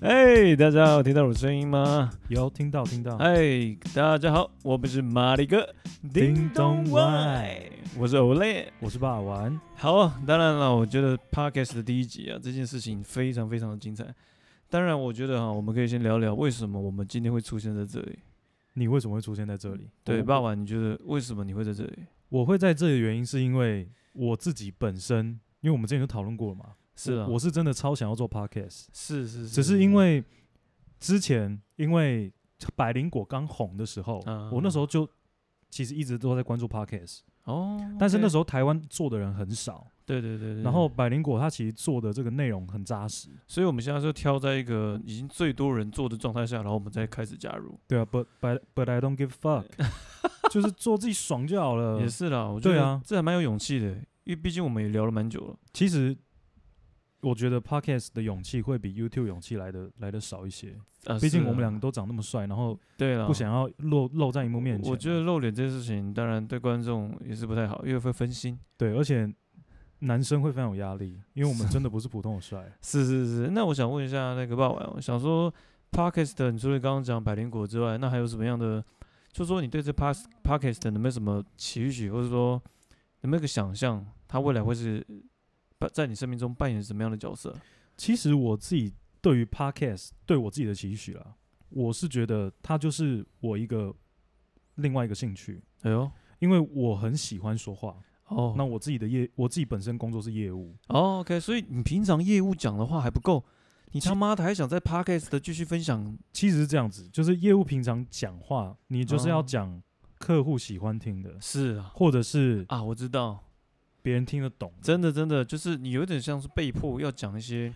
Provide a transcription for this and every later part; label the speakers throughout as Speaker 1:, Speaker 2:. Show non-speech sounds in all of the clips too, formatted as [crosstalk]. Speaker 1: 哎，大家好，听到我声音吗？
Speaker 2: 有听到听到，
Speaker 1: 哎，大家好，我们是马里哥，
Speaker 2: 叮咚外，
Speaker 1: 我是 Olay。
Speaker 2: 我是霸王，
Speaker 1: 好、啊，当然了，我觉得 Podcast 的第一集啊，这件事情非常非常的精彩。当然，我觉得哈、我们可以先聊聊为什么我们今天会出现在这里。
Speaker 2: 你为什么会出现在这里？
Speaker 1: 对，
Speaker 2: 我
Speaker 1: 爸，爸，你觉得为什么你会在这里？
Speaker 2: 我会在这里的原因是因为我自己本身，因为我们之前就讨论过了嘛，
Speaker 1: 是啊，
Speaker 2: 我是真的超想要做 podcast，
Speaker 1: 是是，
Speaker 2: 只是因为之前因为百灵果刚红的时候，
Speaker 1: 嗯
Speaker 2: 我那时候就其实一直都在关注 podcast，
Speaker 1: 哦，
Speaker 2: 但是那时
Speaker 1: 候
Speaker 2: 候台湾做的人很少，
Speaker 1: 对对对对，
Speaker 2: 然后百灵果它其实做的这个内容很扎实，
Speaker 1: 所以我们现在就挑在一个已经最多人做的状态下，然后我们再开始加入，
Speaker 2: 对啊，but but but I don't give
Speaker 1: [laughs]
Speaker 2: fuck，就是做自己爽就好了，
Speaker 1: 也是啦，我觉
Speaker 2: 对
Speaker 1: 得
Speaker 2: 啊
Speaker 1: 这还蛮有勇气的，因为毕竟我们也聊了蛮久了。
Speaker 2: 其实我觉得 podcast 的勇气会比 YouTube 勇气来的来的少一些，
Speaker 1: 啊
Speaker 2: 毕
Speaker 1: 是
Speaker 2: 竟
Speaker 1: 啊
Speaker 2: 我们两个都长那么帅，然后
Speaker 1: 对了，
Speaker 2: 不想要露露在荧幕面前。
Speaker 1: 我觉得露脸这件事情，当然对观众也是不太好，因为会分心。
Speaker 2: 对，而且男生会非常有压力，因为我
Speaker 1: 啊
Speaker 2: 们真的不是普通的帅。
Speaker 1: 是是是，那我想问一下那个霸王，我想说 Podcast，你除了刚刚讲百灵果之外，那还有什么样的？就说你对这 Pas Podcast 有没有什么期许，或者说有没有个想象，它未来会是扮在你生命中扮演什么样的角色？
Speaker 2: 其实我自己对于 podcast 对我自己的期许啦，我是觉得它就是我一个另外一个兴趣，
Speaker 1: 哎呦，
Speaker 2: 因为我很喜欢说话。
Speaker 1: 哦，
Speaker 2: 那我自己的业，我自己本身工作是业务，
Speaker 1: 哦，OK，所以你平常业务讲的话还不够，你
Speaker 2: 其
Speaker 1: 他妈的还想在 Podcast 的继续分享？
Speaker 2: 其实是这样子，就是业务平常讲话，你就是要
Speaker 1: 哦
Speaker 2: 讲客户喜欢听的，
Speaker 1: 是啊，
Speaker 2: 或者是
Speaker 1: 啊，我知道，
Speaker 2: 别人听得懂的。
Speaker 1: 真的真的，就是你有点像是被迫要讲一些，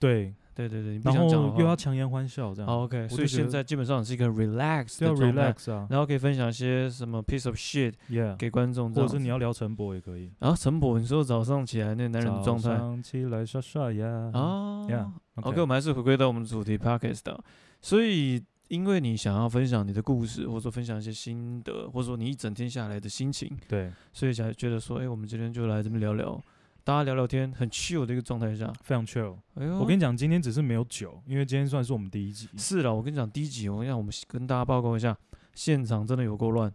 Speaker 2: 对，
Speaker 1: 对对对，你不
Speaker 2: 然
Speaker 1: 想
Speaker 2: 后
Speaker 1: 讲的话
Speaker 2: 又要强颜欢笑这样，
Speaker 1: 哦 OK，
Speaker 2: 我
Speaker 1: 所以
Speaker 2: 就觉
Speaker 1: 现
Speaker 2: 得
Speaker 1: 在基本上是一个 relax
Speaker 2: 就要
Speaker 1: 的状态
Speaker 2: relax 啊
Speaker 1: 然后可以分享一些什么 piece of shit
Speaker 2: ，Yeah，
Speaker 1: 给观众这
Speaker 2: 或
Speaker 1: 样
Speaker 2: 者
Speaker 1: 子，
Speaker 2: 是你要聊陈博也可以。
Speaker 1: 然后陈博，你说早上起来那男人的状态
Speaker 2: 早上起来刷刷牙啊
Speaker 1: 哦
Speaker 2: ，Yeah，
Speaker 1: OK，我们还是回归到我们的主题 podcast 啊所以，因为你想要分享你的故事，或者说分享一些心得，或者说你一整天下来的心情，
Speaker 2: 对，
Speaker 1: 所以才觉得说，哎、我们今天就来这么聊聊，大家聊聊天，很 chill 的一个状态下。
Speaker 2: 非常 chill。
Speaker 1: 哎呦，
Speaker 2: 我跟你讲，今天只是没有酒，因为今天算是我们第一集，
Speaker 1: 是啦，我跟你讲，第一集我跟你讲，我们跟大家报告一下，现场真的有够乱，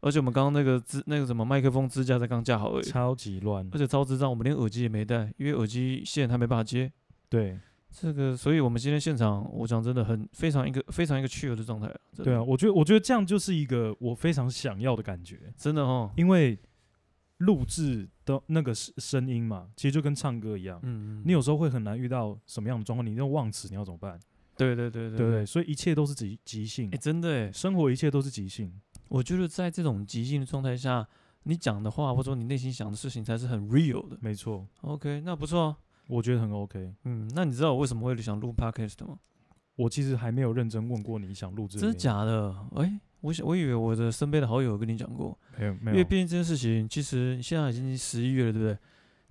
Speaker 1: 而且我们刚刚那个支那个什么麦克风支架才刚架好而已，
Speaker 2: 超级乱
Speaker 1: 而。且超智障，我们连耳机也没带，因为耳机线还没办法接。
Speaker 2: 对
Speaker 1: 这个，所以我们今天现场，我讲真的很非常一个非常一个 chill 的状态啊，真的
Speaker 2: 对啊，，我觉得我觉得这样就是一个我非常想要的感觉。
Speaker 1: 真的哦，
Speaker 2: 因为录制的那个声声音嘛，其实就跟唱歌一样，
Speaker 1: 嗯，嗯
Speaker 2: 你有时候会很难遇到什么样的状况，你要忘词，你要怎么办？
Speaker 1: 对对对
Speaker 2: 对不对？所以一切都是即即兴
Speaker 1: 哎、，真的哎，
Speaker 2: 生活一切都是即兴。
Speaker 1: 我觉得在这种即兴的状态下，你讲的话或者说你内心想的事情才是很 real 的。
Speaker 2: 没错，
Speaker 1: OK，那不错、啊，
Speaker 2: 我觉得很 OK。
Speaker 1: 嗯，那你知道我为什么会想录 podcast 吗？
Speaker 2: 我其实还没有认真问过你想录制，
Speaker 1: 真的？假的？哎、我想我以为我的身边的好友有跟你讲过，
Speaker 2: 没有，
Speaker 1: 因
Speaker 2: 没
Speaker 1: 为
Speaker 2: 有。
Speaker 1: 毕竟这件事情，其实现在已经十一月了，对不对？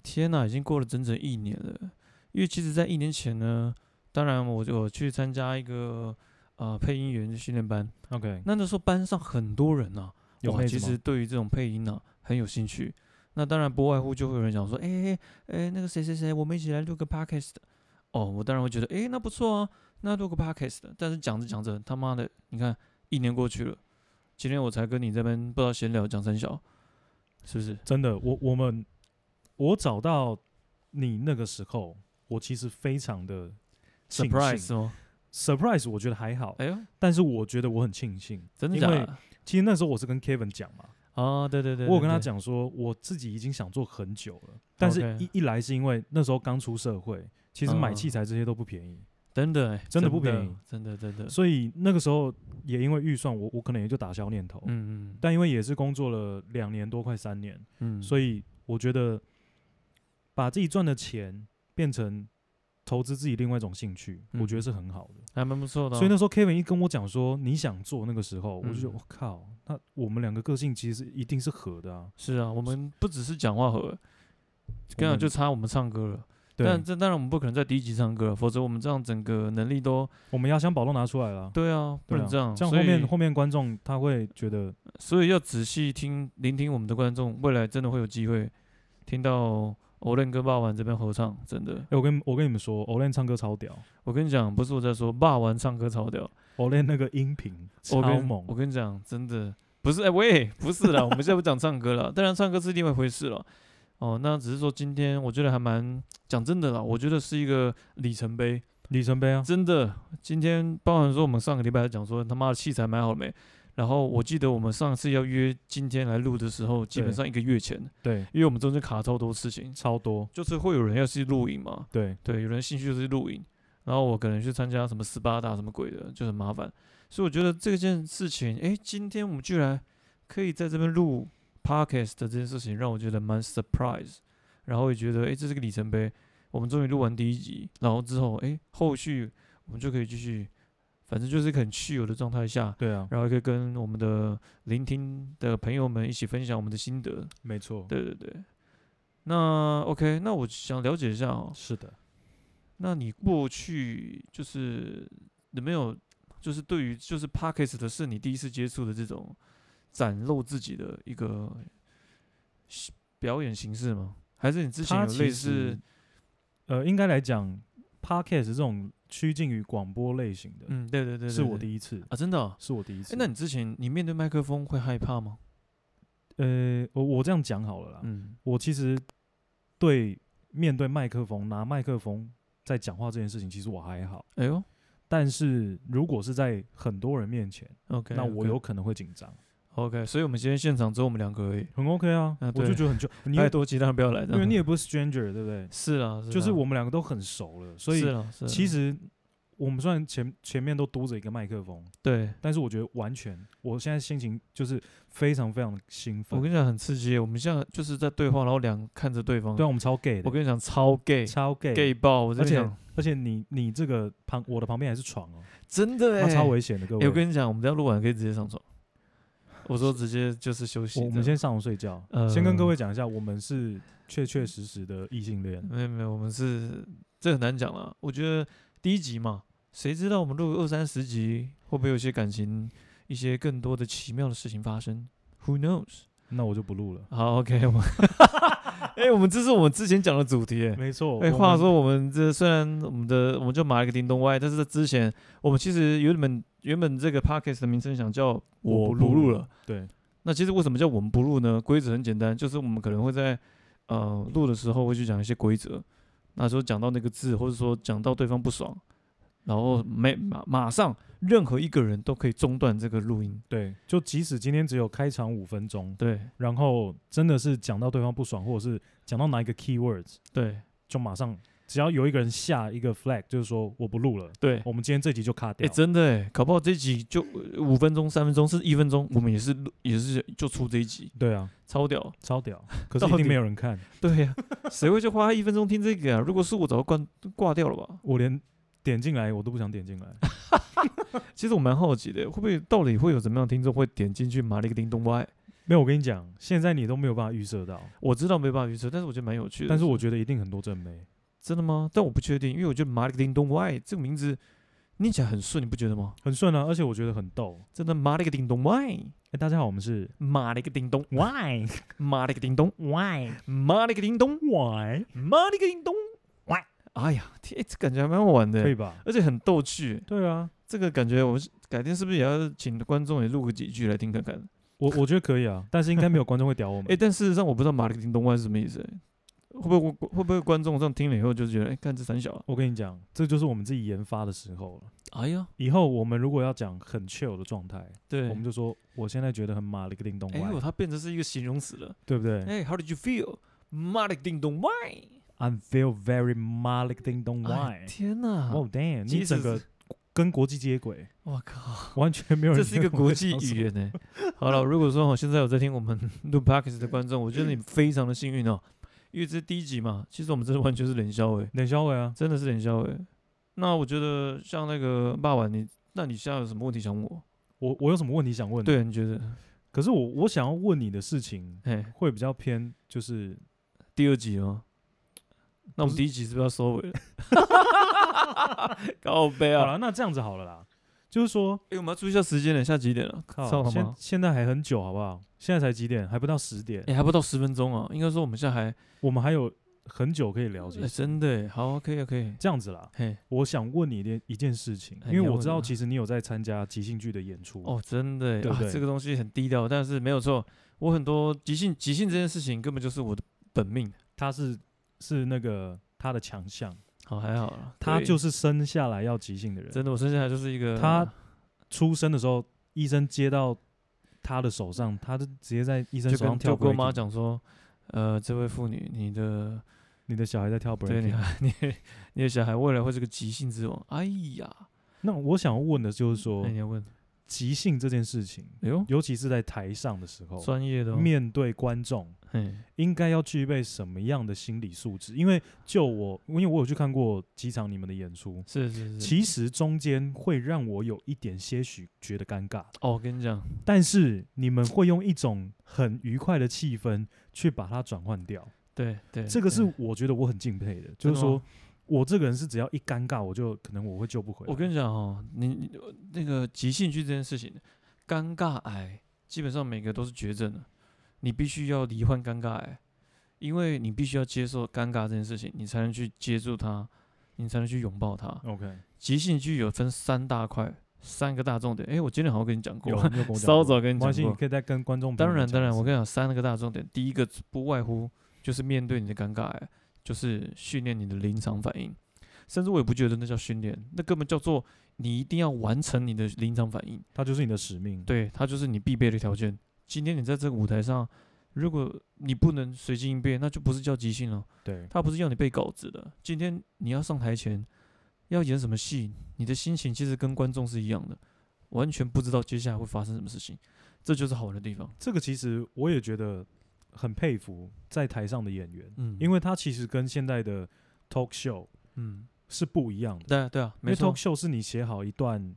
Speaker 1: 天呐，已经过了整整一年了。因为其实，在一年前呢，当然我就我去参加一个呃配音员的训练班，
Speaker 2: OK，
Speaker 1: 那那时候班上很多人啊呐、
Speaker 2: 有啊
Speaker 1: 哇，
Speaker 2: 妹
Speaker 1: 其
Speaker 2: 子
Speaker 1: 实
Speaker 2: 吗？
Speaker 1: 对于这种配音呢、很有兴趣。那当然不外乎就会有人讲说，哎哎哎，那个谁谁谁，我们一起来录个 podcast。哦，我当然会觉得，哎、那不错啊，那录个 podcast。但是讲着讲着，他妈的，你看一年过去了，今天我才跟你这边不知道闲聊讲三小，是不是？
Speaker 2: 真的，我我们我找到你那个时候，我其实非常的庆幸
Speaker 1: surprise 哦，
Speaker 2: surprise，我觉得还好，
Speaker 1: 哎呦，
Speaker 2: 但是我觉得我很庆幸，
Speaker 1: 真的
Speaker 2: 因
Speaker 1: 假
Speaker 2: 为
Speaker 1: 的？
Speaker 2: 其实那时候我是跟 Kevin 讲嘛，
Speaker 1: 哦，对对对，
Speaker 2: 我有跟他
Speaker 1: 对，
Speaker 2: 讲说，我自己已经想做很久了，但是
Speaker 1: OK
Speaker 2: 一一来是因为那时候刚出社会，其实买
Speaker 1: 嗯
Speaker 2: 器材这些都不便宜，
Speaker 1: 真的哎，
Speaker 2: 真的不便宜，
Speaker 1: 真的真的，
Speaker 2: 所以那个时候也因为预算，我我可能也就打消念头。
Speaker 1: 嗯嗯
Speaker 2: 但因为也是工作了两年多，快三年，
Speaker 1: 嗯，
Speaker 2: 所
Speaker 1: 以
Speaker 2: 以我觉得把自己赚的钱变成投资自己另外一种兴趣，
Speaker 1: 嗯
Speaker 2: 我觉得是很好的。
Speaker 1: 还蛮不错的哦，
Speaker 2: 所以那时候 Kevin 一跟我讲说你想做那个时候，我就觉得
Speaker 1: 嗯
Speaker 2: 我靠，那我们两个个性其实一定是合的啊。
Speaker 1: 是啊，我们不只是讲话和，刚
Speaker 2: 我
Speaker 1: 好
Speaker 2: 们
Speaker 1: 就差我们唱歌了。
Speaker 2: 对
Speaker 1: 但这当然我们不可能在第一集唱歌，否则我们这样整个能力都
Speaker 2: 我们压箱宝都拿出来了。
Speaker 1: 对啊，不
Speaker 2: 对啊
Speaker 1: 能这样。
Speaker 2: 这样
Speaker 1: 所
Speaker 2: 后
Speaker 1: 以
Speaker 2: 面后面观众他会觉得，
Speaker 1: 所以要仔细听聆听我们的观众，未来真的会有机会听到 Olen 跟霸王这边合唱，真的，
Speaker 2: 哎、我跟我跟你们说，Olen 唱歌超屌
Speaker 1: 我跟你讲，不是我在说，霸王唱歌超屌，
Speaker 2: ，Olen 那个音频超
Speaker 1: 我跟
Speaker 2: 猛
Speaker 1: 我，跟你讲，真的不是，哎、喂，不是啦，我 [laughs] 们现在不讲唱歌了，当然唱歌是另外一回事了。哦，那只是说今天我觉得还蛮讲真的啦，我觉得是一个里程碑，
Speaker 2: 里程碑啊！
Speaker 1: 真的。今天包含说我们上个礼拜还讲说他妈的器材买好了没，然后我记得我们上次要约今天来录的时候，基本
Speaker 2: 对
Speaker 1: 上一个月前，
Speaker 2: 对，
Speaker 1: 因为我们中间卡超多事情，
Speaker 2: 超多，
Speaker 1: 就是会有人要去露营嘛，
Speaker 2: 对
Speaker 1: 对，有人兴趣就是露营，然后我可能去参加什么斯巴达什么鬼的，就很麻烦。所以我觉得这件事情，诶，今天我们居然可以在这边录 podcast 的这件事情，让我觉得蛮 surprise，然后也觉得，诶，这是个里程碑。我们终于录完第一集，然后之后，诶，后续我们就可以继续，反正就是一个很去游的状态下，
Speaker 2: 对啊，
Speaker 1: 然后也可以跟我们的聆听的朋友们一起分享我们的心得。
Speaker 2: 没错，
Speaker 1: 对对对，那 OK，那我想了解一下哦，
Speaker 2: 是的。
Speaker 1: 那你过去就是有没有就是对于就是 p a c k e s 的是你第一次接触的这种展露自己的一个形表演形式吗？还是你之前
Speaker 2: 它
Speaker 1: 有
Speaker 2: 其
Speaker 1: 类
Speaker 2: 实
Speaker 1: 似
Speaker 2: 呃，应该来讲，podcast 这种趋近于广播类型的，
Speaker 1: 嗯，对对对对
Speaker 2: 是我
Speaker 1: 对
Speaker 2: 第一次，
Speaker 1: 啊，真的、哦？
Speaker 2: 是我第一
Speaker 1: 哎、
Speaker 2: 次。
Speaker 1: 那你之前你面对麦克风会害怕吗？
Speaker 2: 呃，我我这样讲好了啦，
Speaker 1: 嗯，
Speaker 2: 我其实对面对麦克风拿麦克风在讲话这件事情，其实我还好。
Speaker 1: 哎呦
Speaker 2: 但是如果是在很多人面前，
Speaker 1: ，OK，
Speaker 2: 那我有可能会紧张，
Speaker 1: OK，所以我们今天现场只有我们两个而已，
Speaker 2: 很 OK 啊，
Speaker 1: 啊
Speaker 2: 我就
Speaker 1: 对
Speaker 2: 觉得很就你
Speaker 1: 拜
Speaker 2: 也
Speaker 1: 托其他人不要来，这
Speaker 2: 因为
Speaker 1: 样
Speaker 2: 你也不是 stranger，对不对？
Speaker 1: 是啊，是
Speaker 2: 就是
Speaker 1: 啦
Speaker 2: 我，们两个都很熟了，所以
Speaker 1: 是啊，是啦
Speaker 2: 其实我们虽然前前面都嘟着一个麦克风，
Speaker 1: 对
Speaker 2: 但是我觉得完全，我现在心情就是非常非常的兴
Speaker 1: 我
Speaker 2: 奋。
Speaker 1: 跟你讲很刺激耶，我们现在就是在对话，然后两看着对方，
Speaker 2: 对啊，我们超 gay 的，
Speaker 1: 我跟你讲超 gay。
Speaker 2: 超 gay，,
Speaker 1: gay 爆！我
Speaker 2: 而
Speaker 1: 真的
Speaker 2: 且
Speaker 1: 讲，
Speaker 2: 而且你你这个旁我的旁边还是床哦，
Speaker 1: 真的
Speaker 2: 那
Speaker 1: 哎、
Speaker 2: 超危险的，各
Speaker 1: 欸
Speaker 2: 位。
Speaker 1: 我跟你讲，我们等一下录完可以直接上床。我说直接就是休息这
Speaker 2: 我我
Speaker 1: 样。
Speaker 2: 们先上床睡觉，
Speaker 1: 呃
Speaker 2: 先跟各位讲一下，我们是确确实实的异性恋，
Speaker 1: 没有没有，我们是这很难讲了。我觉得第一集嘛，谁知道我们录个二三十集，会不会有一些感情、一些更多的奇妙的事情发生？Who knows？
Speaker 2: 那我就不录了。
Speaker 1: 好，OK，我们 [laughs] 哎、我们这是我们之前讲的主题、欸，
Speaker 2: 没错，
Speaker 1: 哎、
Speaker 2: 我
Speaker 1: 话
Speaker 2: 们
Speaker 1: 说我们这虽然我们的我们就买了个叮咚外，但是在之前我们其实原本原本这个 podcast 的名称想叫“我
Speaker 2: 我
Speaker 1: 不
Speaker 2: 不
Speaker 1: 录
Speaker 2: 录
Speaker 1: 了”，
Speaker 2: 对
Speaker 1: 那其实为什么叫我们不录呢？规则很简单，就是我们可能会在呃录的时候会去讲一些规则，那时候讲到那个字，或者说讲到对方不爽，然后没马马上任何一个人都可以中断这个录音。
Speaker 2: 对，就即使今天只有开场五分钟，
Speaker 1: 对
Speaker 2: 然后真的是讲到对方不爽，或者是讲到哪一个 key words，
Speaker 1: 对
Speaker 2: 就马上只要有一个人下一个 flag，就是说我不录了，
Speaker 1: 对，
Speaker 2: 我们今天这集就卡
Speaker 1: 哎、
Speaker 2: 掉。
Speaker 1: 真的哎、搞不好这集就呃五分钟、三分钟，是一分钟，我们也是录也是就出这一集，
Speaker 2: 对啊，
Speaker 1: 超屌。
Speaker 2: 超 [laughs] 屌，可是
Speaker 1: 到
Speaker 2: 一定
Speaker 1: 底
Speaker 2: 没有人看，
Speaker 1: [laughs] 对呀、谁会去花一分钟听这个啊？如果是我，早就挂挂掉了吧。
Speaker 2: 我连点进来我都不想点进来。
Speaker 1: 其实我蛮好奇的，会不会到底会有怎么样的听众会点进去买了一个叮咚 Y？
Speaker 2: 没有，我跟你讲，现在你都没有办法预设到，
Speaker 1: 我知道没办法预测，但是我觉得蛮有趣的。
Speaker 2: 但是我觉得一定很多正妹。
Speaker 1: 真的吗？但我不确定，因为我觉得马里个叮咚 Y 这个名字念起来很顺，你不觉得吗？
Speaker 2: 很顺啊，而且我觉得很逗。
Speaker 1: 真的马里个叮咚 Y，
Speaker 2: 哎、大家好，我们是
Speaker 1: 马里个叮咚，
Speaker 2: Why
Speaker 1: 马里个叮咚，
Speaker 2: Why
Speaker 1: 马里个叮咚，
Speaker 2: Why，
Speaker 1: 马里个叮咚 Y。哎呀，天，这感觉还蛮好玩
Speaker 2: [laughs] 可以
Speaker 1: 的，
Speaker 2: 吧？
Speaker 1: 而且很逗趣。
Speaker 2: 对啊，
Speaker 1: 这个感觉我们是改天是不是也要请观众也录个几句来听看看？
Speaker 2: 我我觉得可以啊，但是应该没有观众会屌 [laughs] 我们。
Speaker 1: 哎、但事实上我不知道马里个叮咚 Y 是什么意思、欸，会不会会不会观众这样听了以后就觉得，哎、看这三小、啊，
Speaker 2: 我跟你讲，这就是我们自己研发的时候了。
Speaker 1: 哎呀，
Speaker 2: 以后我们如果要讲很 chill 的状态，
Speaker 1: 对，
Speaker 2: 我们就说我现在觉得很马里个叮咚
Speaker 1: 哎呦，
Speaker 2: 歪，
Speaker 1: 它变成是一个形容词了。
Speaker 2: 对不对、
Speaker 1: 哎、h o w did you feel？马里个叮咚 Y，
Speaker 2: i feel very 马里个叮咚
Speaker 1: 哎
Speaker 2: 歪。
Speaker 1: 天啊哪，
Speaker 2: 哦、damn，
Speaker 1: 即
Speaker 2: 你
Speaker 1: 使
Speaker 2: 整个跟国际接轨， [laughs]
Speaker 1: 我靠，
Speaker 2: 完全没有人。
Speaker 1: 这是一个国际语。言呢、好了，如果说我现在有在听我们 [laughs] 录 podcast 的观众，我觉得你非常的幸运哦，因为这是第一集嘛，其实我们真的完全是冷笑诶、
Speaker 2: 冷小伟啊，
Speaker 1: 真的是冷笑诶、那我觉得像那个霸王，你那你现在有什么问题想问我？
Speaker 2: 我我有什么问题想问？，
Speaker 1: 对，你觉得？
Speaker 2: 可是我我想要问你的事情
Speaker 1: 嘿，
Speaker 2: 会比较偏，就是
Speaker 1: 第二集吗？那我们
Speaker 2: 不是
Speaker 1: 第一集是不是要收尾了？高杯
Speaker 2: 好
Speaker 1: 啊！
Speaker 2: 了，那这样子好了啦，就是说，
Speaker 1: 哎、我们要注意一下时间了，下几点了？操
Speaker 2: 靠，
Speaker 1: 他
Speaker 2: 现
Speaker 1: 妈！
Speaker 2: 现在还很久，好不好？现在才几点？还不到十点
Speaker 1: 哎哎、，还不到十分钟啊，应该说我们现在还
Speaker 2: 我们还有很久可以聊这
Speaker 1: 哎真的耶，好啊，可以啊，可以，
Speaker 2: 这样子啦。
Speaker 1: 嘿，
Speaker 2: 我想问你一一件事情，
Speaker 1: 哎
Speaker 2: 因为
Speaker 1: 你要
Speaker 2: 我
Speaker 1: 问
Speaker 2: 知道
Speaker 1: 什么
Speaker 2: 其实你有在参加即兴剧的演出，
Speaker 1: 哦，真的耶，
Speaker 2: 对不
Speaker 1: 啊
Speaker 2: 对
Speaker 1: 这个东西很低调，但是没有错，我很多即兴即兴这件事情根本就是我的本命，
Speaker 2: 他是是那个他的强项，
Speaker 1: 好还好啦，
Speaker 2: 他
Speaker 1: 对
Speaker 2: 就是生下来要即兴的人。
Speaker 1: 真的，我生下来就是一个
Speaker 2: 他出生的时候，医生接到他的手上，他就直接在医生
Speaker 1: 就
Speaker 2: 手上
Speaker 1: 跟
Speaker 2: 跳
Speaker 1: 就跟我妈
Speaker 2: breaking。
Speaker 1: 讲说，呃，这位妇女，你的
Speaker 2: 你的小孩在跳
Speaker 1: 对你
Speaker 2: breaking。
Speaker 1: [laughs] 你你的小孩未来会是个即兴之王，哎呀，
Speaker 2: 那我想问的就是说
Speaker 1: 那，你要问，
Speaker 2: 即兴这件事情，
Speaker 1: 哎呦，
Speaker 2: 尤其是在台上的时候，
Speaker 1: 专业的、哦，
Speaker 2: 面对观众，
Speaker 1: 嘿，
Speaker 2: 应该要具备什么样的心理素质？因为就我，因为我有去看过几场你们的演出，
Speaker 1: 是是是，
Speaker 2: 其实中间会让我有一点些许觉得尴尬，
Speaker 1: 哦，我跟你讲，
Speaker 2: 但是你们会用一种很愉快的气氛去把它转换掉，
Speaker 1: 对对，
Speaker 2: 这个
Speaker 1: 对
Speaker 2: 是我觉得我很敬佩的，就
Speaker 1: 真
Speaker 2: 是
Speaker 1: 的
Speaker 2: 说
Speaker 1: 吗。
Speaker 2: 我这个人是只要一尴尬，我就可能我会救不回来。
Speaker 1: 我跟你讲哦，你你那个急性剧这件事情，尴尬癌基本上每个都是绝症的，你必须要罹患尴尬癌，因为你必须要接受尴尬这件事情，你才能去接住它，你才能去拥抱它。
Speaker 2: OK，
Speaker 1: 即兴剧有分三大块，三个大重点。诶，我今天好像跟你讲
Speaker 2: 有
Speaker 1: 过，
Speaker 2: 你有跟我讲过
Speaker 1: 稍早跟
Speaker 2: 没
Speaker 1: 你
Speaker 2: 关
Speaker 1: 讲
Speaker 2: 系，你
Speaker 1: 过。
Speaker 2: 可以再跟观众朋友
Speaker 1: 当
Speaker 2: 们
Speaker 1: 然，
Speaker 2: 讲
Speaker 1: 当然，
Speaker 2: 一次
Speaker 1: 我跟你讲三个大重点，第一个不外乎就是面对你的尴尬癌，就是训练你的临场反应，甚至我也不觉得那叫训练，那根本叫做你一定要完成你的临场反应，
Speaker 2: 它就是你的使命。
Speaker 1: 对，它就是你必备的条件。今天你在这个舞台上，如果你不能随机应变，那就不是叫即兴了。
Speaker 2: 对
Speaker 1: 他不是要你背稿子的。今天你要上台前要演什么戏，你的心情其实跟观众是一样的，完全不知道接下来会发生什么事情，这就是好玩的地方。
Speaker 2: 这个其实我也觉得很佩服在台上的演员，
Speaker 1: 嗯
Speaker 2: 因为他其实跟现在的 talk show
Speaker 1: 嗯，
Speaker 2: 是不一样的。
Speaker 1: 对啊对啊，
Speaker 2: 因
Speaker 1: 没
Speaker 2: 为
Speaker 1: 错
Speaker 2: talk，show 是你写好一段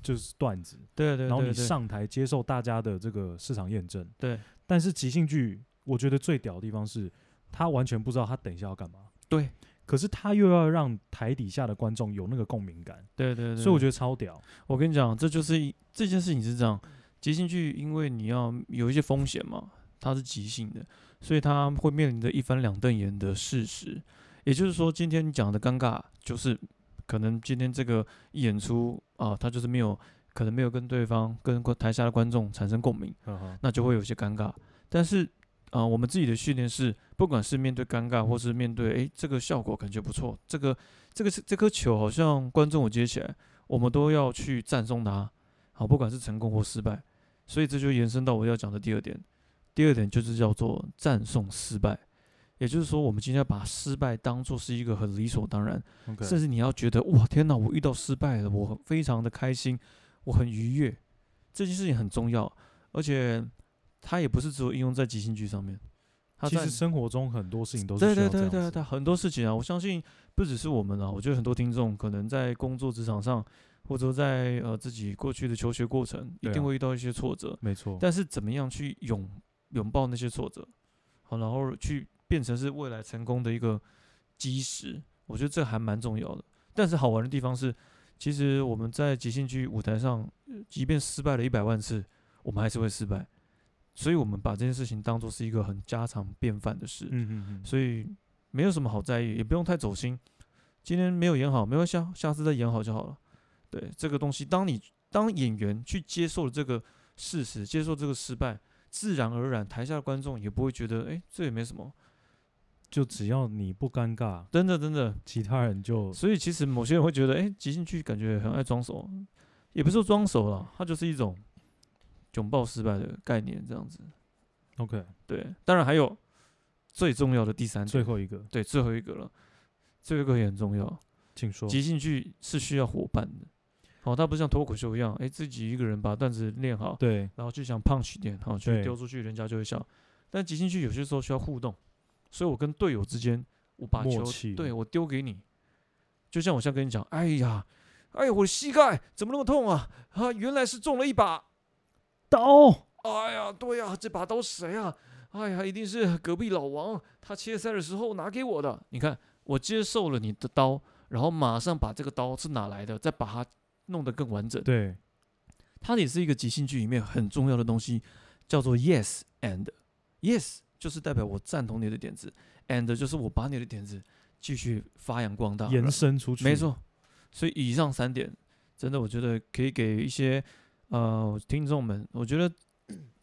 Speaker 2: 就是段子，
Speaker 1: 对对对，
Speaker 2: 然后你
Speaker 1: 对，
Speaker 2: 上台接受大家的这个市场验证。
Speaker 1: 对
Speaker 2: 但是即兴剧，我觉得最屌的地方是，他完全不知道他等一下要干嘛，
Speaker 1: 对
Speaker 2: 可是他又要让台底下的观众有那个共鸣感，
Speaker 1: 对对对，
Speaker 2: 所以我觉
Speaker 1: 得
Speaker 2: 得超屌。
Speaker 1: 我跟你讲，这就是一这件事情是这样，即兴剧因为你要有一些风险嘛，它是即兴的，所以它会面临着一翻两瞪眼的事实。也就是说，今天你讲的尴尬，就是可能今天这个演出啊，他就是没有，可能没有跟对方跟观台下的观众产生共鸣，
Speaker 2: 呵呵
Speaker 1: 那就会有些尴尬。但是啊、呃我们自己的训练是，不管是面对尴尬，或是面对诶、这个效果感觉不错，这个这个是这颗球好像观众我接起来，我们都要去赞颂它，好，不管是成功或失败。所以这就延伸到我要讲的第二点，第二点就是叫做赞颂失败。也就是说，我们今天要把失败当做是一个很理所当然，
Speaker 2: OK，
Speaker 1: 甚至你要觉得哇，天哪，我遇到失败了，我非常的开心，我很愉悦，这件事情很重要，而且它也不是只有应用在即兴剧上面，它
Speaker 2: 其
Speaker 1: 在
Speaker 2: 实生活中很多事情都是
Speaker 1: 对
Speaker 2: 需
Speaker 1: 对
Speaker 2: 要这
Speaker 1: 对
Speaker 2: 样
Speaker 1: 对
Speaker 2: 子
Speaker 1: 对，很多事情啊，我相信不只是我们啊，我觉得很多听众可能在工作职场上，或者说在呃自己过去的求学过程，一
Speaker 2: 对
Speaker 1: 定
Speaker 2: 啊
Speaker 1: 会遇到一些挫折，
Speaker 2: 没错。
Speaker 1: 但是怎么样去拥拥抱那些挫折，好，然后去变成是未来成功的一个基石，我觉得这还蛮重要的。但是好玩的地方是，其实我们在即兴剧舞台上，呃即便失败了一百万次，我们还是会失败，所以我们把这件事情当做是一个很家常便饭的事，
Speaker 2: 嗯嗯嗯，
Speaker 1: 所以没有什么好在意，也不用太走心。今天没有演好没关系啊，下次再演好就好了。对这个东西，当你当演员去接受了这个事实，接受这个失败，自然而然台下的观众也不会觉得，哎、这也没什么。
Speaker 2: 就只要你不尴尬，
Speaker 1: 真的真的，
Speaker 2: 其他人就
Speaker 1: 所以其实某些人会觉得，哎、即兴剧感觉很爱装熟，也不是说装熟了，它就是一种拥抱失败的概念，这样子。
Speaker 2: OK。
Speaker 1: 对，当然还有最重要的第三
Speaker 2: 最
Speaker 1: 点，
Speaker 2: 后一个，
Speaker 1: 对，最后一个了，最后一个也很重要。
Speaker 2: 请说。
Speaker 1: 即兴剧是需要伙伴的，哦，它不像脱口秀一样，哎，自己一个人把段子练好，
Speaker 2: 对，
Speaker 1: 然后去想 punch 点，好、
Speaker 2: 对
Speaker 1: 去丢出去，人家就会笑。但即兴剧有些时候需要互动，所以我跟队友之间，我把
Speaker 2: 默
Speaker 1: 球
Speaker 2: 契
Speaker 1: 对我丢给你，就像我现在跟你讲，哎呀，哎呀，我的膝盖怎么那么痛啊？啊，原来是中了一把，
Speaker 2: 刀
Speaker 1: 哎呀，对呀、这把刀谁啊？哎呀，一定是隔壁老王，他切菜的时候拿给我的。你看，我接受了你的刀，然后马上把这个刀是哪来的，再把它弄得更完整。
Speaker 2: 对，
Speaker 1: 它也是一个即兴剧里面很重要的东西，叫做 yes and yes，就是代表我赞同你的点子，and 就是我把你的点子继续发扬光大，
Speaker 2: 延伸出去，
Speaker 1: 没，错，所以以上三点，真的我觉得可以给一些呃听众们，我觉
Speaker 2: [clears throat]
Speaker 1: 得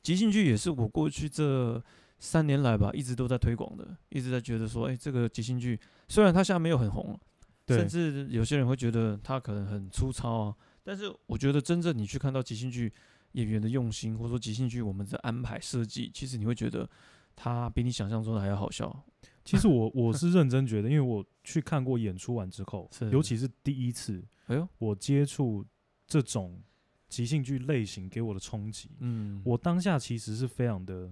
Speaker 1: 即兴剧也是我过去这三年来吧，一直都在推广的，一直在觉得说，哎、这个即兴剧虽然它现在没有很红，
Speaker 2: 对
Speaker 1: 甚，至有些人会觉得它可能很粗糙啊，但是我觉得真正你去看到即兴剧演员的用心，或者说即兴剧我们的安排设计，其实你会觉得它比你想象中的还要好笑。
Speaker 2: 其
Speaker 1: [laughs]
Speaker 2: 实我我是认真觉得，因为我去看过演出完之后
Speaker 1: 是，
Speaker 2: 尤其是第一次
Speaker 1: 哎呦，
Speaker 2: 我接触这种即兴剧类型给我的冲击，
Speaker 1: 嗯，
Speaker 2: 我当下其实是非常的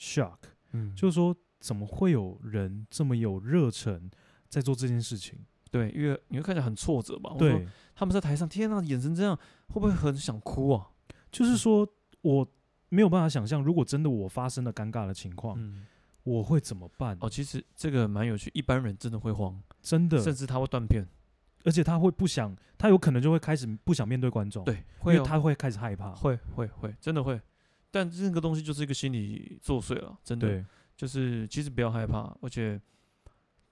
Speaker 2: shock，
Speaker 1: 嗯
Speaker 2: 就是说怎么会有人这么有热忱在做这件事情？
Speaker 1: 对，因为你会看起来很挫折吧？我说
Speaker 2: 对，
Speaker 1: 他们在台上，天呐，演成这样，会不会很想哭啊？
Speaker 2: 就是说我没有办法想象，如果真的我发生了尴尬的情况，
Speaker 1: 嗯，
Speaker 2: 我会怎么办？
Speaker 1: 哦，其实这个蛮有趣，一般人真的会慌，
Speaker 2: 真的，
Speaker 1: 甚至他会断片，
Speaker 2: 而且他会不想，他有可能就会开始不想面对观众，，
Speaker 1: 对，
Speaker 2: 因
Speaker 1: 会
Speaker 2: 为
Speaker 1: 哦
Speaker 2: 他会开始害怕，
Speaker 1: 会会会，真的会。但这个东西就是一个心理作祟了，真的，
Speaker 2: 对，
Speaker 1: 就是其实不要害怕，而且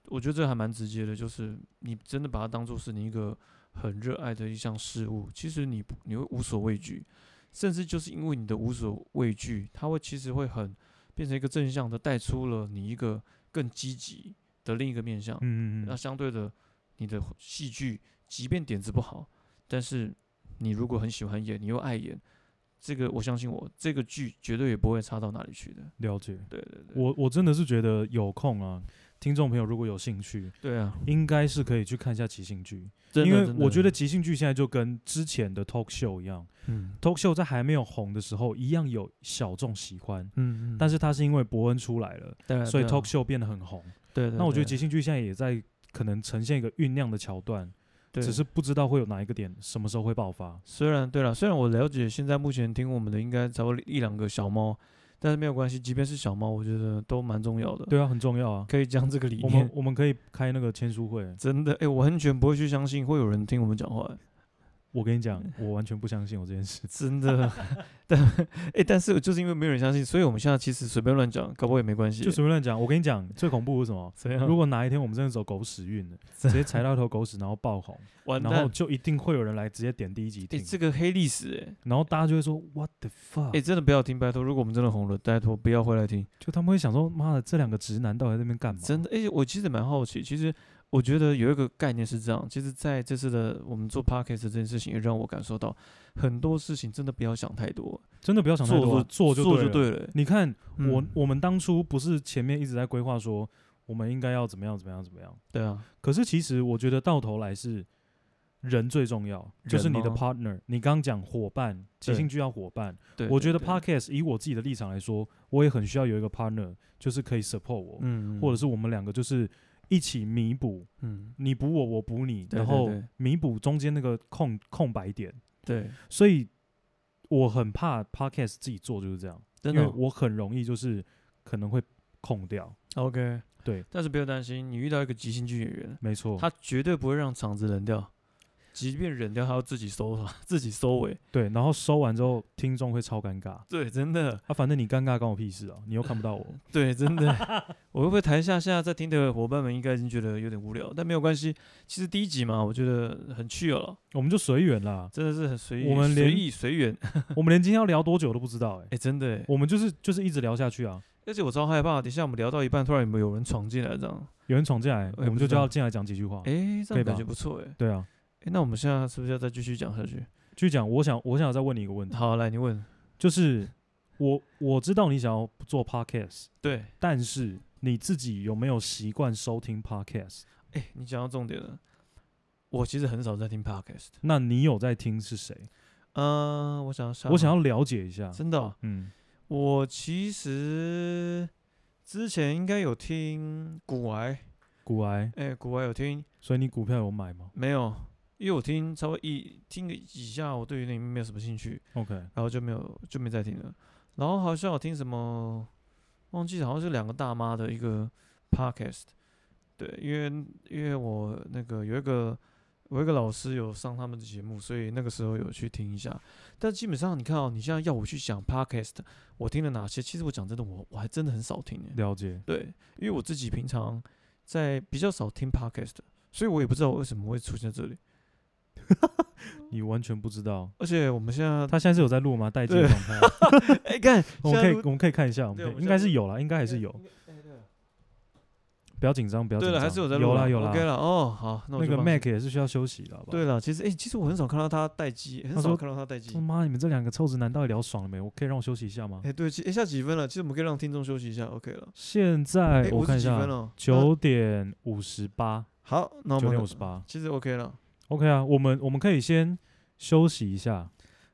Speaker 1: 我觉得这还蛮直接的，就是你真的把它当做是你一个很热爱的一项事物，其实你不你会无所畏惧，甚至就是因为你的无所畏惧，它会其实会很变成一个正向的，带出了你一个更积极的另一个面向。
Speaker 2: 嗯嗯
Speaker 1: 那
Speaker 2: 嗯，
Speaker 1: 相对的，你的戏剧即便点子不好，但是你如果很喜欢演，你又爱演，这个我相信我，这个剧绝对也不会差到哪里去的。
Speaker 2: 了解。
Speaker 1: 对对对，
Speaker 2: 我我真的是觉得有空啊，听众朋友如果有兴趣，
Speaker 1: 对啊，
Speaker 2: 应该是可以去看一下即兴剧，
Speaker 1: 真
Speaker 2: 因
Speaker 1: 的
Speaker 2: 为
Speaker 1: 真的
Speaker 2: 我觉得即兴剧现在就跟之前的 talk show 一样
Speaker 1: 嗯
Speaker 2: ，talk show 在还没有红的时候一样有小众喜欢，
Speaker 1: 嗯，
Speaker 2: 但是它是因为伯恩出来了，
Speaker 1: 是
Speaker 2: 所以 talk show 变得很红。
Speaker 1: 对对，
Speaker 2: 那我觉得
Speaker 1: 对
Speaker 2: 即兴剧现在也在可能呈现一个酝酿的桥段，
Speaker 1: 对
Speaker 2: 只是不知道会有哪一个点什么时候会爆发。
Speaker 1: 虽然对了，虽然我了解现在目前听我们的应该才会一两个小猫，但是没有关系，即便是小猫，我觉得都蛮重要的。，
Speaker 2: 对啊，很重要啊。
Speaker 1: 可以将这个理
Speaker 2: 我们
Speaker 1: 念。
Speaker 2: 我们可以开那个签书
Speaker 1: [laughs]
Speaker 2: 会，
Speaker 1: 真的，哎、我完全不会去相信会有人听我们讲话、哎
Speaker 2: 我跟你讲，我完全不相信我这件事。
Speaker 1: 真
Speaker 2: [laughs]
Speaker 1: 的，但 [laughs] 哎、但是就是因为没有人相信，所以我们现在其实随便乱讲，搞不好也没关系。
Speaker 2: 就随便乱讲，我跟你讲，最恐怖的是什么？
Speaker 1: [laughs] 怎样，
Speaker 2: 如果哪一天我们真的走狗屎运了，直接踩到一头狗屎，然后爆红，
Speaker 1: 完
Speaker 2: 然后
Speaker 1: 蛋，
Speaker 2: 就一定会有人来直接点第一集
Speaker 1: 哎、
Speaker 2: 听，
Speaker 1: 这个黑历史、哎，
Speaker 2: 然后大家就会说 What the
Speaker 1: 哎、
Speaker 2: fuck？、
Speaker 1: 真的不要听，拜托，如果我们真的红了，拜托不要回来听，
Speaker 2: 就他们会想说，妈的，这两个直男到底在那边干嘛？
Speaker 1: 真的。哎、我其实蛮好奇，其实我觉得有一个概念是这样，其实在这次的我们做 podcast 这件事情，也让我感受到很多事情真的不要想太多，
Speaker 2: 真的不要想太多啊，
Speaker 1: 做
Speaker 2: 就
Speaker 1: 做
Speaker 2: 对了。
Speaker 1: 对了。
Speaker 2: 你看，
Speaker 1: 嗯
Speaker 2: 我我们当初不是前面一直在规划说，我们应该要怎么样怎么样怎么样？
Speaker 1: 对啊，
Speaker 2: 可是其实我觉得到头来是人最重要，就是你的
Speaker 1: 吗
Speaker 2: partner。你刚刚讲伙伴，即
Speaker 1: 对
Speaker 2: 兴剧要伙伴。
Speaker 1: 对，
Speaker 2: 我觉得
Speaker 1: 对
Speaker 2: podcast 以我自己的立场来说，我也很需要有一个 partner，就是可以 support 我。
Speaker 1: 嗯，
Speaker 2: 或者
Speaker 1: 是
Speaker 2: 是我们两个就是一起弥补，
Speaker 1: 嗯，
Speaker 2: 你补我，我补你，
Speaker 1: 对对
Speaker 2: 然后
Speaker 1: 对
Speaker 2: 弥补中间那个空空白点。
Speaker 1: 对，
Speaker 2: 所以我很怕 podcast 自己做就是这样，
Speaker 1: 真
Speaker 2: 因
Speaker 1: 的
Speaker 2: 为
Speaker 1: 哦
Speaker 2: 我很容易就是可能会空掉。
Speaker 1: 哦 OK。
Speaker 2: 对，
Speaker 1: 但是不要担心，你遇到一个即兴剧演员，
Speaker 2: 没错，
Speaker 1: 他绝对不会让场子冷掉，即便冷掉，他要自己收 [laughs] 场，自己收尾。
Speaker 2: 对，然后收完之后听众会超尴尬。
Speaker 1: 对，真的，
Speaker 2: 啊，反正你尴尬关我屁事啊，你又看不到
Speaker 1: [laughs]
Speaker 2: 我。
Speaker 1: 对，真的。我会不会台下现在在听的伙伴们应该已经觉得有点无聊，但没有关系。其实第一集嘛，我觉得很 chill 了，
Speaker 2: 我们就随缘啦，
Speaker 1: 真的是很随意，
Speaker 2: 我们连
Speaker 1: 随意随缘。 [laughs] 哎、
Speaker 2: 我们连今天要聊多久都不知
Speaker 1: [laughs]
Speaker 2: 道哎、
Speaker 1: 真的哎，
Speaker 2: 我们就是就是一直聊下去啊，
Speaker 1: 而且我超害怕，等一下我们聊到一半，突然有没有人闯进来这样？
Speaker 2: 有人闯进来，
Speaker 1: 我
Speaker 2: 我
Speaker 1: 也
Speaker 2: 们
Speaker 1: 不
Speaker 2: 就
Speaker 1: 知
Speaker 2: 叫他
Speaker 1: 道
Speaker 2: 进来讲几句话。
Speaker 1: 哎、这
Speaker 2: 可以
Speaker 1: 样感
Speaker 2: 吧
Speaker 1: 觉不错哎。
Speaker 2: 对啊，
Speaker 1: 哎，那我们现在是不是要再继续讲下去？
Speaker 2: 继续讲，我想我想再问你一个问题。
Speaker 1: 好，来你问。
Speaker 2: 就是我我知道你想要做 podcast，
Speaker 1: 对，
Speaker 2: 但是你自己有没有习惯收听 podcast？
Speaker 1: 哎、你讲到重点了。我其实很少在听 podcast。
Speaker 2: 那你有在听是谁？
Speaker 1: 嗯、我想想，
Speaker 2: 我想要了解一下。
Speaker 1: 真的哦、
Speaker 2: 嗯，
Speaker 1: 我其实之前应该有听古癌，
Speaker 2: 股癌，
Speaker 1: 哎、古癌有听
Speaker 2: 所以你股票有买吗
Speaker 1: 没有？因为我听稍微一听个几下，我对于那里面没有什么兴趣，
Speaker 2: ？OK，
Speaker 1: 然后就没有就没再听了。然后好像有听什么，忘记好像是两个大妈的一个 podcast，对，因为因为我那个有一个我一个老师有上他们的节目，所以那个时候有去听一下。但基本上你看哦，你现在要我去想 podcast，我听了哪些？其实我讲真的，我我还真的很少听欸诶。
Speaker 2: 了解，
Speaker 1: 对，因为我自己平常在比较少听 podcast，所以我也不知道我为什么会出现在这里。
Speaker 2: 你完全不知道。
Speaker 1: 而且我们现在，
Speaker 2: 他现在是有在录吗？待机
Speaker 1: 啊
Speaker 2: 的
Speaker 1: 对
Speaker 2: 状
Speaker 1: [laughs]
Speaker 2: 态，
Speaker 1: 哎，看，
Speaker 2: [laughs]
Speaker 1: 现
Speaker 2: 我们
Speaker 1: 在
Speaker 2: 可以
Speaker 1: 录
Speaker 2: 我们可以看一下，我们
Speaker 1: 对
Speaker 2: 可
Speaker 1: 我们
Speaker 2: 以应
Speaker 1: 现
Speaker 2: 该
Speaker 1: 在
Speaker 2: 是
Speaker 1: 录
Speaker 2: 有啦，应该还是有，
Speaker 1: 应该哎对了
Speaker 2: 不要紧张，不要紧
Speaker 1: 对
Speaker 2: 张，
Speaker 1: 了，还是有在录
Speaker 2: 有啦
Speaker 1: 啦
Speaker 2: 有啦。
Speaker 1: ，OK 了，哦，好，那我
Speaker 2: 那
Speaker 1: 就
Speaker 2: 个
Speaker 1: 放心
Speaker 2: Mac 也是需要休息的，好不好？
Speaker 1: 对了，其实哎、其实我很少看到他待机，很
Speaker 2: 他
Speaker 1: 少
Speaker 2: 说
Speaker 1: 看到他待机
Speaker 2: 他。妈，你们这两个臭直男到底聊爽了没？我可以让我休息一下吗
Speaker 1: 哎、？对，其哎、下几分了？其实我们可以让听众休息一下，OK 了。
Speaker 2: 现
Speaker 1: 哎、
Speaker 2: 在
Speaker 1: 我
Speaker 2: 看一
Speaker 1: 是几分
Speaker 2: 下，
Speaker 1: 了？那
Speaker 2: 九点五十八，
Speaker 1: 好，那我
Speaker 2: 九
Speaker 1: 们
Speaker 2: 点五十八
Speaker 1: 其实 OK 了。
Speaker 2: ，OK 啊，我们我们可以先休息一下，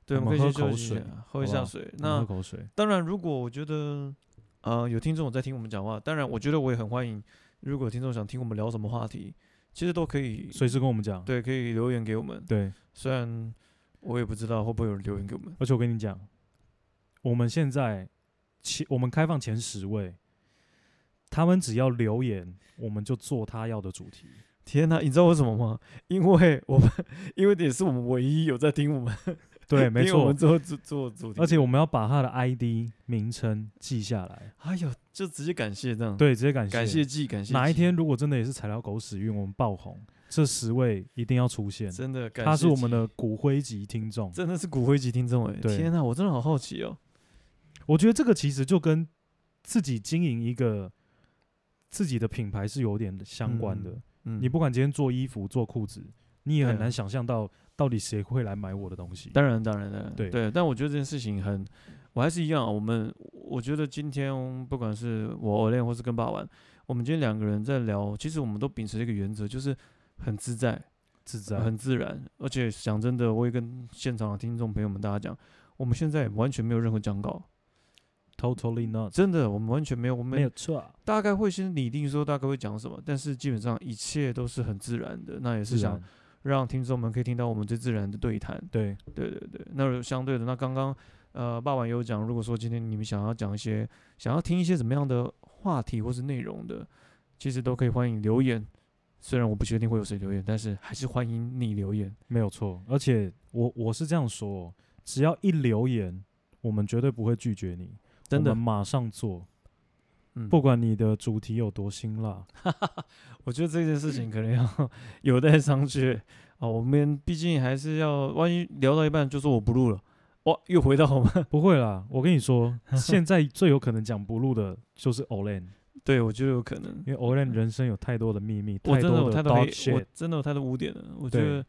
Speaker 1: 对，
Speaker 2: 我
Speaker 1: 我们可以
Speaker 2: 们喝
Speaker 1: 先
Speaker 2: 口
Speaker 1: 休息一
Speaker 2: 水
Speaker 1: 下，喝一
Speaker 2: 好不
Speaker 1: 下
Speaker 2: 好
Speaker 1: 水。
Speaker 2: 我们
Speaker 1: 那
Speaker 2: 喝口水。
Speaker 1: 当然，如果我觉得呃有听众有在听我们讲话，当然我觉得我也很欢迎。如果有听众想听我们聊什么话题，其实都可以，
Speaker 2: 随时跟我们讲。
Speaker 1: 对，可以留言给我们。
Speaker 2: 对，
Speaker 1: 虽然我也不知道会不会有人留言给我们。
Speaker 2: 而且我跟你讲，我们现在前我们开放前十位，他们只要留言，我们就做他要的主题。
Speaker 1: 天呐，你知道为什么吗？因为我们，因为也是我们唯一有在听我们， [laughs]
Speaker 2: 对，没
Speaker 1: 听我
Speaker 2: 错
Speaker 1: 们。做做做主题，
Speaker 2: 而且我们要把他的 ID 名称记下来。
Speaker 1: 哎呦，就直接感谢这样，，
Speaker 2: 对，直接感
Speaker 1: 嗯
Speaker 2: 谢。
Speaker 1: 感谢季，感谢
Speaker 2: 哪一
Speaker 1: 季
Speaker 2: 天如果真的也是踩到狗屎运，我们爆红，这十位一定要出现。
Speaker 1: 真的感谢，
Speaker 2: 他是我们，的骨灰级听众。
Speaker 1: 真的是骨灰级听众哎，
Speaker 2: 对
Speaker 1: 天呐，我真的好好奇哦，
Speaker 2: 我觉得这个其实就跟自己经营一个自己的品牌是有点相关的。
Speaker 1: 嗯，
Speaker 2: 你不管今天做衣服、做裤子，你也
Speaker 1: 对
Speaker 2: 很
Speaker 1: 啊
Speaker 2: 难想象到到底谁会来买我的东西。
Speaker 1: 当然当然当然，
Speaker 2: 对
Speaker 1: 对，但我觉得这件事情很，我还是一样啊，我们我觉得今天不管是我 o l 或是跟爸玩，我们今天两个人在聊，其实我们都秉持一个原则，就是很自在。
Speaker 2: 自在，
Speaker 1: 很自然。而且讲真的，我也跟现场的听众朋友们大家讲，我们现在完全没有任何讲稿，
Speaker 2: totally not，
Speaker 1: 真的，我们完全没有，我
Speaker 2: 没有
Speaker 1: 们
Speaker 2: 错，
Speaker 1: 大概会先拟定说大概会讲什么，但是基本上一切都是很自然的。那也是
Speaker 2: 自
Speaker 1: 想
Speaker 2: 然。
Speaker 1: 让听众们可以听到我们最自然的对谈。
Speaker 2: 对，
Speaker 1: 对对对，那相对的，那刚刚呃，爸爸也有讲，如果说今天你们想要讲一些，想要听一些怎么样的话题或是内容的，其实都可以欢迎留言。虽然我不确定会有谁留言，但是还是欢迎你留言。
Speaker 2: 没有错。而且我我是这样说哦，只要一留言，我们绝对不会拒绝你，
Speaker 1: 真的
Speaker 2: 我们，马上做，
Speaker 1: 嗯
Speaker 2: 不管你的主题有多辛辣。
Speaker 1: 我觉得这件事情可能要有待商榷啊。我们毕竟还是要，万一聊到一半就说我不录了，哇，又回到我们。 [laughs]
Speaker 2: 不会啦，我跟你说，现在最有可能讲不录的就是 Olen，
Speaker 1: 对，我觉得有可能。
Speaker 2: 因为 Olen 人生有太多的秘密，
Speaker 1: 嗯我
Speaker 2: 太
Speaker 1: 真的有
Speaker 2: 多
Speaker 1: 太
Speaker 2: 的
Speaker 1: 多
Speaker 2: dog
Speaker 1: 黑，我
Speaker 2: shit。
Speaker 1: 真的有太多污点了。我觉
Speaker 2: 对
Speaker 1: 得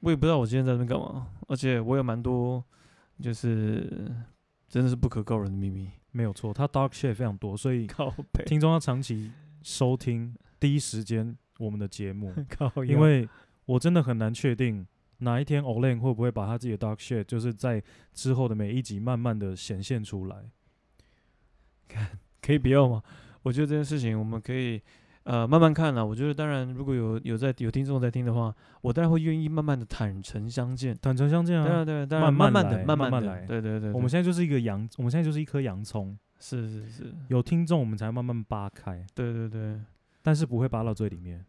Speaker 1: 我也不知道我今天在那边干嘛，而且我有蛮多就是真的是不可告人的秘密。
Speaker 2: 没有错，他 dog shit 非常多，所以
Speaker 1: 靠背，
Speaker 2: 听众要长期收听第一时间我们的
Speaker 1: [laughs]
Speaker 2: 节目，
Speaker 1: 靠腰，
Speaker 2: 因为我真的很难确定哪一天 Olen 会不会把他自己的 dark shit，就是在之后的每一集慢慢的显现出来。
Speaker 1: 可以不要吗？我觉得这件事情我们可以呃慢慢看了。我觉得当然如果有有在有听众在听的话，我当然会愿意慢慢的坦诚相见。
Speaker 2: 坦诚相见
Speaker 1: 当
Speaker 2: 啊
Speaker 1: 然，，当然，当然，
Speaker 2: 慢
Speaker 1: 慢
Speaker 2: 慢
Speaker 1: 的，
Speaker 2: 来
Speaker 1: 慢
Speaker 2: 慢慢
Speaker 1: 的
Speaker 2: 来
Speaker 1: 对对对，
Speaker 2: 我们
Speaker 1: 对
Speaker 2: 现在就是一个洋，我们现在就是一颗洋葱，
Speaker 1: 是是是，
Speaker 2: 有听众我们才慢慢扒开，
Speaker 1: 对对对，
Speaker 2: 但是不会扒到最里面，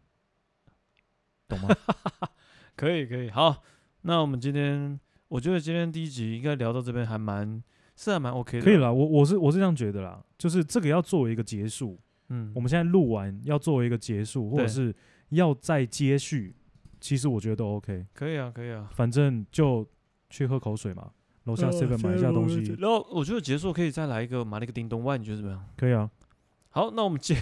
Speaker 2: 懂
Speaker 1: [laughs]
Speaker 2: 吗？
Speaker 1: 可以可以。好，那我们今天，我觉得今天第一集应该聊到这边还蛮是还蛮 OK 的，
Speaker 2: 可以，啦，我我是我是这样觉得啦，就是这个要作为一个结束，
Speaker 1: 嗯，
Speaker 2: 我们现在录完要作为一个结束，或者
Speaker 1: 对
Speaker 2: 是要再接续，其实我觉得都 OK，
Speaker 1: 可以啊，可以啊。
Speaker 2: 反正就去喝口水嘛，楼下 seven 买一下东西，
Speaker 1: 然后嗯我觉得结束可以再来一个买了一个叮咚外，你觉得怎么样？
Speaker 2: 可以啊，
Speaker 1: 好，那我们接，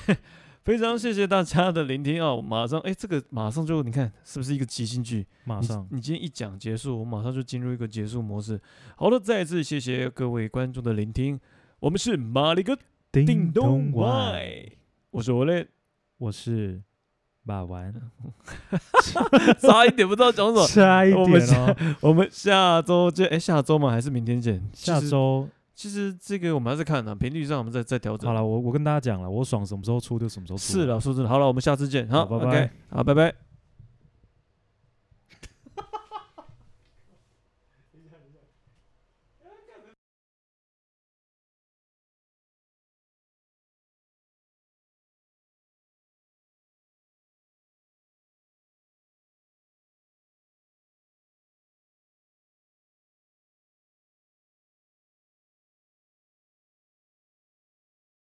Speaker 1: 非常谢谢大家的聆听啊！我马上，哎，这个马上就你看是不是一个即兴剧？
Speaker 2: 马
Speaker 1: 你
Speaker 2: 上
Speaker 1: 你今天一讲结束，我马上就进入一个结束模式。好的，再一次谢谢各位观众的聆听，我们是马里哥叮咚
Speaker 2: 外，
Speaker 1: 外，我是我嘞， [laughs]
Speaker 2: 我是把玩，
Speaker 1: 差一点 [laughs] 不知道讲什么。
Speaker 2: 差一
Speaker 1: 我们
Speaker 2: 点哦，
Speaker 1: 我们下周见，哎、下周吗？还是明天见？其
Speaker 2: 下
Speaker 1: 实
Speaker 2: 周
Speaker 1: 其实这个我们还是看的、啊频率上我们再再调
Speaker 2: 好
Speaker 1: 整。
Speaker 2: 了，我我跟大家讲了，我爽什么时候出就什么时候出，
Speaker 1: 是了，说真的，好了，我们下次见，好，
Speaker 2: 好拜拜
Speaker 1: o k 好，拜拜。